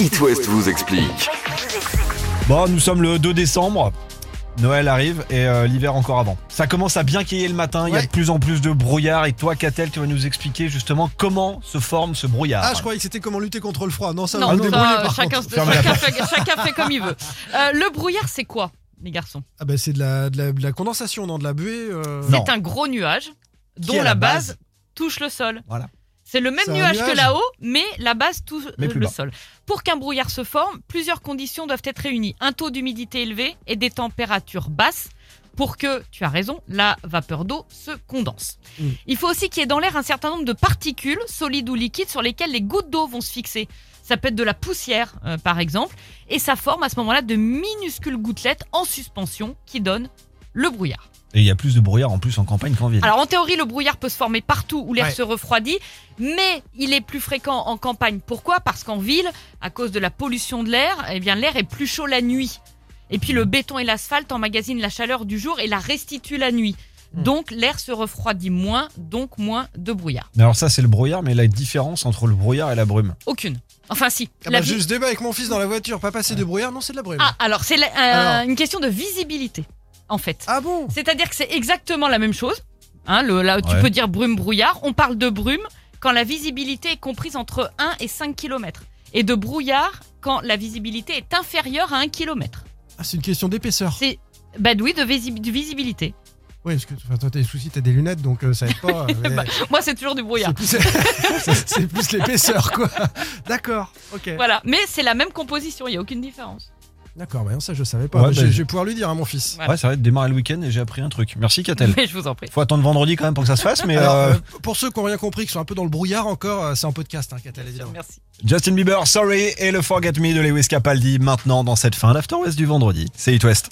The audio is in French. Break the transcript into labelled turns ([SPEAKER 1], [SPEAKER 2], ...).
[SPEAKER 1] It West vous explique.
[SPEAKER 2] Bon, nous sommes le 2 décembre. Noël arrive et euh, l'hiver encore avant. Ça commence à bien quiller le matin, il y a
[SPEAKER 3] Ouais.
[SPEAKER 2] de plus en plus de brouillard et toi Catel, tu vas nous expliquer justement comment se forme ce brouillard.
[SPEAKER 3] Ah, je croyais que c'était comment lutter contre le froid. Non, ça,
[SPEAKER 4] Non,
[SPEAKER 3] vous le
[SPEAKER 4] ça,
[SPEAKER 3] débrouillez, par
[SPEAKER 4] chacun,
[SPEAKER 3] contre.
[SPEAKER 2] Fermez la
[SPEAKER 4] chacun fait, chacun fait comme il veut. Euh, le brouillard, c'est quoi, les garçons
[SPEAKER 3] Ah, bah, c'est de la, de, la, de la condensation, non, de la buée. euh,
[SPEAKER 2] Non.
[SPEAKER 4] C'est un gros nuage dont
[SPEAKER 2] est à
[SPEAKER 4] la,
[SPEAKER 2] la
[SPEAKER 4] base,
[SPEAKER 2] base
[SPEAKER 4] touche le sol.
[SPEAKER 2] Voilà.
[SPEAKER 4] C'est le même
[SPEAKER 3] C'est un
[SPEAKER 4] nuage, que
[SPEAKER 3] nuage.
[SPEAKER 4] là-haut, mais la base touche
[SPEAKER 2] Mais
[SPEAKER 4] euh,
[SPEAKER 2] plus
[SPEAKER 4] le
[SPEAKER 2] bas.
[SPEAKER 4] sol. Pour qu'un brouillard se forme, plusieurs conditions doivent être réunies. Un taux d'humidité élevé et des températures basses pour que, tu as raison, la vapeur d'eau se condense.
[SPEAKER 3] Mm.
[SPEAKER 4] Il faut aussi qu'il y ait dans l'air un certain nombre de particules, solides ou liquides, sur lesquelles les gouttes d'eau vont se fixer. Ça peut être de la poussière, euh, par exemple, et ça forme à ce moment-là de minuscules gouttelettes en suspension qui donnent le brouillard.
[SPEAKER 2] Et il y a plus de brouillard en plus en campagne qu'en ville.
[SPEAKER 4] Alors en théorie, le brouillard peut se former partout où l'air
[SPEAKER 3] Ouais.
[SPEAKER 4] se refroidit, mais il est plus fréquent en campagne. Pourquoi Parce qu'en ville, à cause de la pollution de l'air, eh bien l'air est plus chaud la nuit. Et puis le béton et l'asphalte emmagasinent la chaleur du jour et la restituent la nuit.
[SPEAKER 3] Mm.
[SPEAKER 4] Donc l'air se refroidit moins, donc moins de brouillard.
[SPEAKER 2] Mais alors ça c'est le brouillard, mais la différence entre le brouillard et la brume.
[SPEAKER 4] Aucune. Enfin si.
[SPEAKER 3] Ah,
[SPEAKER 4] La
[SPEAKER 3] bah,
[SPEAKER 4] vi-
[SPEAKER 3] juste débat avec mon fils dans la voiture. Papa, c'est de brouillard. Non, c'est de la brume.
[SPEAKER 4] Ah, alors c'est la- euh,
[SPEAKER 3] Alors.
[SPEAKER 4] une question de visibilité, en fait.
[SPEAKER 3] Ah bon
[SPEAKER 4] C'est-à-dire que c'est exactement la même chose. Hein, le- là, tu
[SPEAKER 2] Ouais.
[SPEAKER 4] peux dire brume-brouillard. On parle de brume quand la visibilité est comprise entre 1 et 5 km. Et de brouillard quand la visibilité est inférieure à 1 km.
[SPEAKER 3] Ah, c'est une question d'épaisseur.
[SPEAKER 4] C'est, bah oui, de, visi- de visibilité.
[SPEAKER 3] Oui, parce que enfin, toi, t'as des soucis, t'as des lunettes, donc euh, ça aide pas. mais
[SPEAKER 4] Bah, moi, c'est toujours du brouillard.
[SPEAKER 3] c'est plus- c'est plus l'épaisseur, quoi. D'accord, ok.
[SPEAKER 4] Voilà, mais c'est la même composition, il n'y a aucune différence.
[SPEAKER 3] D'accord, bah, ça, je savais pas.
[SPEAKER 2] Ouais,
[SPEAKER 3] Bah,
[SPEAKER 2] bah,
[SPEAKER 3] je,
[SPEAKER 2] je-
[SPEAKER 3] je vais pouvoir lui dire à mon fils.
[SPEAKER 4] Voilà.
[SPEAKER 2] Ouais, ça va être démarrer le week-end et j'ai appris un truc. Merci Catel.
[SPEAKER 4] Mais je vous en prie.
[SPEAKER 2] Faut attendre vendredi quand même pour que ça se fasse, mais
[SPEAKER 3] Alors,
[SPEAKER 2] euh,
[SPEAKER 3] euh, pour ceux qui n'ont rien compris, qui sont un peu dans le brouillard encore, euh, c'est en podcast, hein, Catel, évidemment.
[SPEAKER 4] Merci.
[SPEAKER 2] Justin Bieber, Sorry et le Forget Me de Lewis Capaldi maintenant dans cette fin d'After West du vendredi. C'est It West.